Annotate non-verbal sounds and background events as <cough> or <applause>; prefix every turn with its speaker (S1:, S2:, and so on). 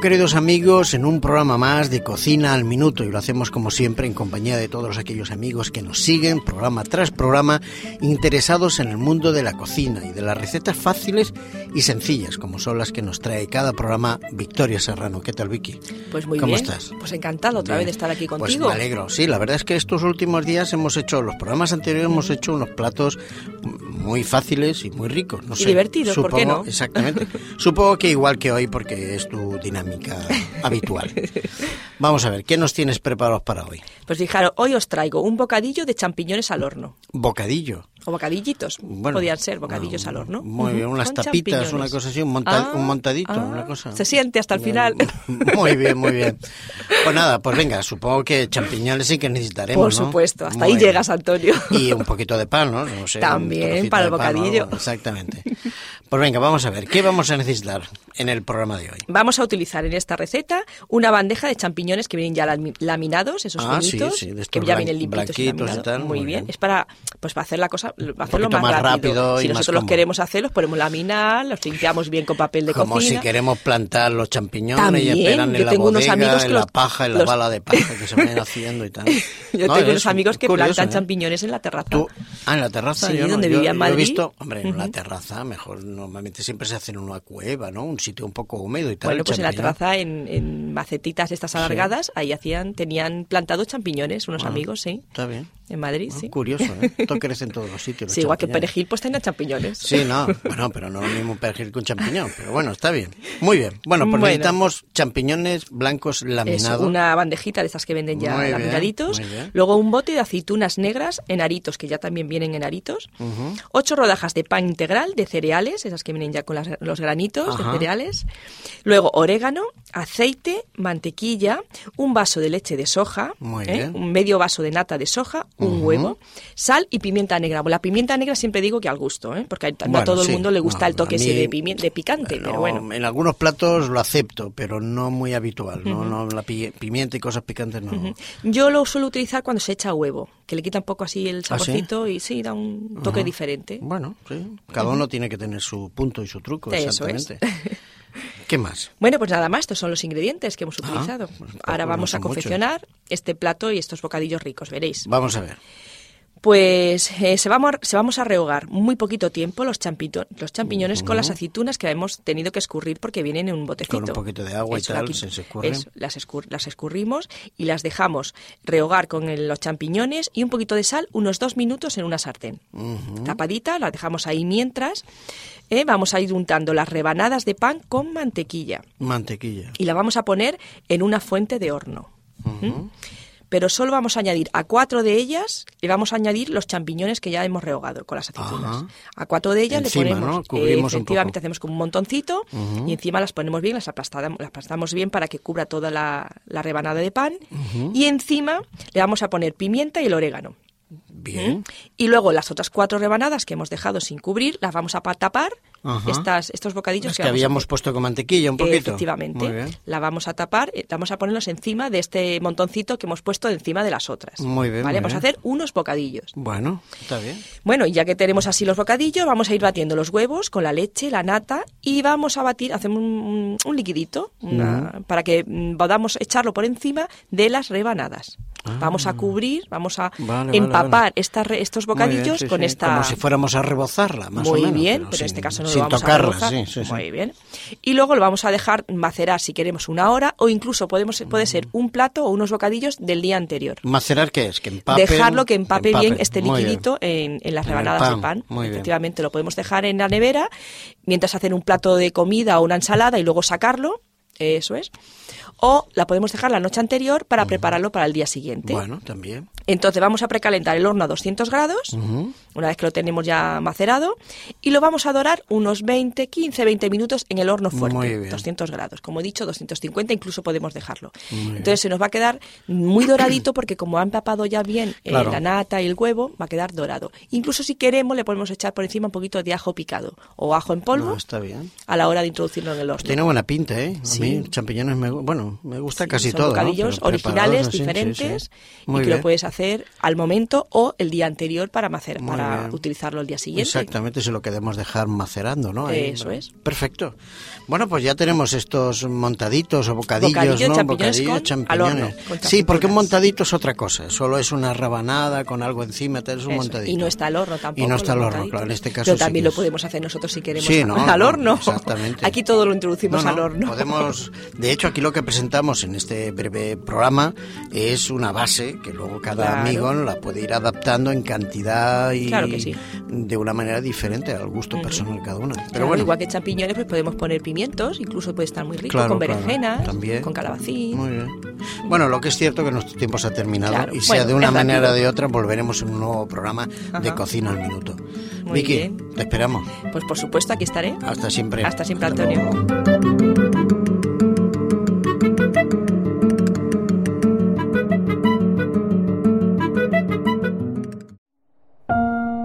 S1: queridos amigos, en un programa más de Cocina al Minuto y lo hacemos como siempre en compañía de todos aquellos amigos que nos siguen programa tras programa interesados en el mundo de la cocina y de las recetas fáciles y sencillas como son las que nos trae cada programa Victoria Serrano. ¿Qué tal Vicky?
S2: Pues muy
S1: ¿Cómo
S2: bien.
S1: estás?
S2: Pues encantado otra
S1: Bien.
S2: vez de estar aquí contigo.
S1: Pues me alegro, sí, la verdad es que estos últimos días hemos hecho, los programas anteriores hemos hecho unos platos muy fáciles y muy ricos. No
S2: Y
S1: sé,
S2: divertidos, ¿por
S1: supongo,
S2: qué no?
S1: Exactamente. supongo que igual que hoy porque es tu dinámica habitual. Vamos a ver, ¿qué nos tienes preparados para hoy?
S2: Pues fijaros, hoy os traigo un bocadillo de champiñones al horno.
S1: Bocadillo.
S2: O bocadillitos.
S1: Bueno,
S2: Podían ser bocadillos
S1: ah,
S2: al horno.
S1: muy bien,
S2: Ujú,
S1: unas
S2: con
S1: tapitas,
S2: champiñones.
S1: una cosa así, un monta-
S2: Ah,
S1: un montadito,
S2: ah,
S1: una cosa.
S2: Se siente hasta el final.
S1: <laughs> Muy bien, muy bien. Pues nada, pues venga, supongo que champiñones sí que necesitaremos.
S2: Por
S1: ¿no?
S2: supuesto, hasta
S1: Muy
S2: ahí
S1: bien.
S2: llegas, Antonio.
S1: Y un poquito de pan, ¿no? No sé, un
S2: También,
S1: trocito
S2: para
S1: de
S2: el
S1: pan o algo.
S2: bocadillo.
S1: Exactamente. Pues venga, vamos a ver, ¿qué vamos a necesitar en el programa de hoy?
S2: <laughs> Vamos a utilizar en esta receta una bandeja de champiñones que vienen ya lami- laminados, esos
S1: Ah, sí,
S2: finitos,
S1: sí, de estos
S2: que ya
S1: blan-
S2: vienen limpitos y
S1: blanquitos y
S2: laminados.
S1: tal,
S2: muy,
S1: muy
S2: bien.
S1: bien.
S2: es para pues para hacer la cosa, hacerlo
S1: poquito
S2: más,
S1: más rápido
S2: Si
S1: y más
S2: nosotros los
S1: cómodo.
S2: queremos hacer, los ponemos laminar, los limpiamos bien con papel de
S1: Como
S2: cocina.
S1: si queremos plantar los champiñones
S2: También,
S1: y esperan
S2: yo
S1: en la
S2: tengo unos
S1: bodega,
S2: amigos que
S1: en la
S2: los-
S1: paja, en la
S2: los-
S1: bala de paja que se vayan haciendo y tal.
S2: <laughs> Yo
S1: No,
S2: tengo
S1: es
S2: unos amigos que
S1: curioso,
S2: plantan
S1: ¿eh?
S2: champiñones en la terraza.
S1: Tú, ah, en la terraza,
S2: Sí,
S1: yo no,
S2: donde
S1: yo-
S2: vivía en
S1: yo he
S2: Madrid.
S1: visto, hombre, en la terraza, mejor, normalmente siempre se hace en una cueva, ¿no? Un sitio un poco húmedo y tal.
S2: Bueno,
S1: el
S2: pues en la
S1: champiñón.
S2: terraza, en, en macetitas estas alargadas, ahí hacían, tenían plantado champiñones unos amigos, sí,
S1: Está bien.
S2: en Madrid,
S1: Ah,
S2: sí.
S1: Curioso, ¿eh? Esto crece en todos los sitios. los
S2: Sí, igual que
S1: champiñones.
S2: perejil, pues tenía champiñones.
S1: Sí, no, bueno, pero no lo mismo un perejil que un champiñón, pero bueno, está bien. Muy bien. Bueno, pues
S2: Bueno.
S1: necesitamos champiñones blancos
S2: Es
S1: laminados.
S2: una bandejita de esas que venden ya
S1: Muy bien,
S2: laminaditos.
S1: muy bien.
S2: Luego un bote de aceitunas negras en aritos, que ya también vienen en aritos. Ocho rodajas de pan integral de cereales, esas que vienen ya con las- los granitos
S1: Ajá.
S2: de cereales. Luego orégano, aceite, mantequilla, un vaso de leche de soja,
S1: Muy
S2: ¿eh?
S1: bien.
S2: un medio vaso de nata de soja, un huevo, sal y pimienta negra. Bueno, La pimienta negra siempre digo que al gusto, ¿eh? porque a, no a
S1: Bueno,
S2: todo
S1: sí.
S2: el mundo le gusta
S1: No,
S2: el toque
S1: a mí-
S2: ese de, pimi- de picante, pero
S1: No,
S2: bueno.
S1: En algunos platos lo acepto, pero no muy habitual. No, no, la pi- pimienta y cosas picantes no.
S2: Yo lo suelo utilizar cuando se echa huevo, que le quita un poco así el
S1: ¿Ah, sí?
S2: saborcito y sí, da un toque diferente.
S1: Bueno, sí. Cada uno tiene que tener su punto y su truco,
S2: Eso es.
S1: exactamente. ¿Qué más?
S2: Bueno, pues nada más, estos son los ingredientes que hemos
S1: Ah,
S2: utilizado.
S1: pues tampoco
S2: Ahora
S1: no
S2: vamos
S1: son
S2: a confeccionar este plato y estos bocadillos ricos, veréis.
S1: Vamos a ver.
S2: Pues eh, se, vamos, se vamos a rehogar muy poquito tiempo los, champito- los champiñones con las aceitunas que hemos tenido que escurrir porque vienen en un botecito.
S1: Con un poquito de agua y
S2: Eso,
S1: tal,
S2: aquí-
S1: se- se escurren.
S2: eso, las, escur- las escurrimos y las dejamos rehogar con el- los champiñones y un poquito de sal unos dos minutos en una sartén. Tapadita, la dejamos ahí mientras. eh, vamos a ir untando las rebanadas de pan con mantequilla
S1: Mantequilla.
S2: y la vamos a poner en una fuente de horno. ¿Mm? Pero solo vamos a añadir a cuatro de ellas, le vamos a añadir los champiñones que ya hemos rehogado con las aceitunas.
S1: Ajá.
S2: A cuatro de ellas
S1: Encima,
S2: le ponemos,
S1: ¿no? Cubrimos un
S2: efectivamente,
S1: poco.
S2: hacemos como un montoncito y encima las ponemos bien, las aplastamos, las aplastamos bien para que cubra toda la, la rebanada de pan. Y encima le vamos a poner pimienta y el orégano.
S1: Bien.
S2: Y luego las otras cuatro rebanadas que hemos dejado sin cubrir, las vamos a pa- tapar,
S1: Ajá.
S2: estas, estos bocadillos
S1: Las que
S2: vamos a
S1: habíamos puesto con mantequilla un poquito. Muy
S2: Efectivamente,
S1: bien.
S2: la vamos a tapar, eh, vamos a ponerlos encima de este montoncito que hemos puesto encima de las otras.
S1: Muy bien,
S2: ¿Vale?
S1: muy
S2: vamos a
S1: bien.
S2: hacer unos bocadillos.
S1: Bueno, está bien.
S2: Bueno, y ya que tenemos así los bocadillos, vamos a ir batiendo los huevos con la leche, la nata y vamos a batir, hacemos un, un liquidito una- para que mm, podamos echarlo por encima de las rebanadas. Vamos a cubrir, vamos a
S1: Ah. Vale, vale,
S2: empapar
S1: vale.
S2: estas re- estos
S1: Muy bien,
S2: bocadillos
S1: sí,
S2: con
S1: sí.
S2: esta
S1: Como si fuéramos a rebozarla, más o
S2: muy
S1: menos.
S2: bien, pero,
S1: sin-
S2: en este caso no
S1: sin
S2: lo vamos
S1: tocarla,
S2: a rozar.
S1: sí, sí, sí.
S2: Muy bien. Y luego lo vamos a dejar macerar si queremos una hora o incluso podemos puede ser
S1: Mm.
S2: un plato o unos bocadillos del día anterior.
S1: ¿Macerar qué es? Que empape.
S2: Dejarlo que empape, bien este
S1: Muy
S2: liquidito en, en las
S1: En el
S2: rebanadas
S1: pan,
S2: de pan.
S1: muy bien.
S2: Efectivamente, lo podemos dejar en la nevera mientras hacen un plato de comida o una ensalada y luego sacarlo. Eso es. O la podemos dejar la noche anterior para prepararlo para el día siguiente.
S1: Mm. Bueno, también.
S2: Entonces vamos a precalentar el horno a 200 grados, una vez que lo tenemos ya macerado, y lo vamos a dorar unos 20, 15, 20 minutos en el horno fuerte,
S1: Muy bien.
S2: 200 grados. Como he dicho, 250 incluso podemos dejarlo. Entonces se nos va a quedar muy doradito porque como ha empapado ya bien eh,
S1: Claro.
S2: la nata y el huevo, va a quedar dorado. Incluso si queremos le podemos echar por encima un poquito de ajo picado o ajo en polvo
S1: No, está bien.
S2: a la hora de introducirlo en el horno.
S1: Tiene buena pinta, ¿eh? A
S2: Sí.
S1: mí champiñones me gu- Bueno, gustan, me gusta casi
S2: son
S1: todo. ¿no?
S2: bocadillos
S1: Pero
S2: originales,
S1: preparados así, sí,
S2: diferentes,
S1: sí. Muy
S2: y que
S1: bien.
S2: lo puedes hacer al momento o el día anterior para, macer-
S1: Muy
S2: para
S1: bien.
S2: utilizarlo el día siguiente.
S1: Exactamente, se lo queremos dejar macerando, ¿no?
S2: Eso es.
S1: Perfecto. Bueno, pues ya tenemos estos montaditos o bocadillos,
S2: Bocadillos,
S1: ¿no?
S2: champiñones
S1: bocadillos,
S2: con-
S1: champiñones.
S2: al horno, con
S1: sí, porque un
S2: champiñones.
S1: montadito es otra cosa. Solo es una rabanada con algo encima, tal, es un
S2: Eso,
S1: montadito.
S2: Y no está al horno tampoco.
S1: Y no está al
S2: los
S1: horno,
S2: bocaditos.
S1: claro. En este caso
S2: Pero
S1: sí
S2: también
S1: que
S2: lo
S1: es-
S2: podemos hacer nosotros si queremos
S1: Sí, no,
S2: <laughs> al
S1: no,
S2: horno.
S1: exactamente.
S2: Aquí todo lo introducimos
S1: No,
S2: al
S1: no,
S2: horno. <laughs>
S1: Podemos, de hecho, aquí lo que presentamos en este breve programa es una base que luego cada
S2: Claro.
S1: amigo la puede ir adaptando en cantidad y
S2: Claro que sí.
S1: de una manera diferente al gusto personal de cada uno. Pero
S2: Claro,
S1: bueno,
S2: Igual que champiñones, pues podemos poner pimientos, incluso puede estar muy rico,
S1: Claro,
S2: con
S1: claro,
S2: berenjenas,
S1: también.
S2: con calabacín.
S1: muy bien. Bueno, lo que es cierto que nuestro tiempo se ha terminado
S2: Claro,
S1: y sea
S2: bueno,
S1: de una
S2: es rápido.
S1: manera o de otra volveremos en un nuevo programa de
S2: Ajá.
S1: Cocina al Minuto.
S2: Muy
S1: Vicky,
S2: bien.
S1: te esperamos.
S2: Pues por supuesto, aquí estaré.
S1: Hasta siempre.
S2: Hasta siempre, Antonio.
S1: luego.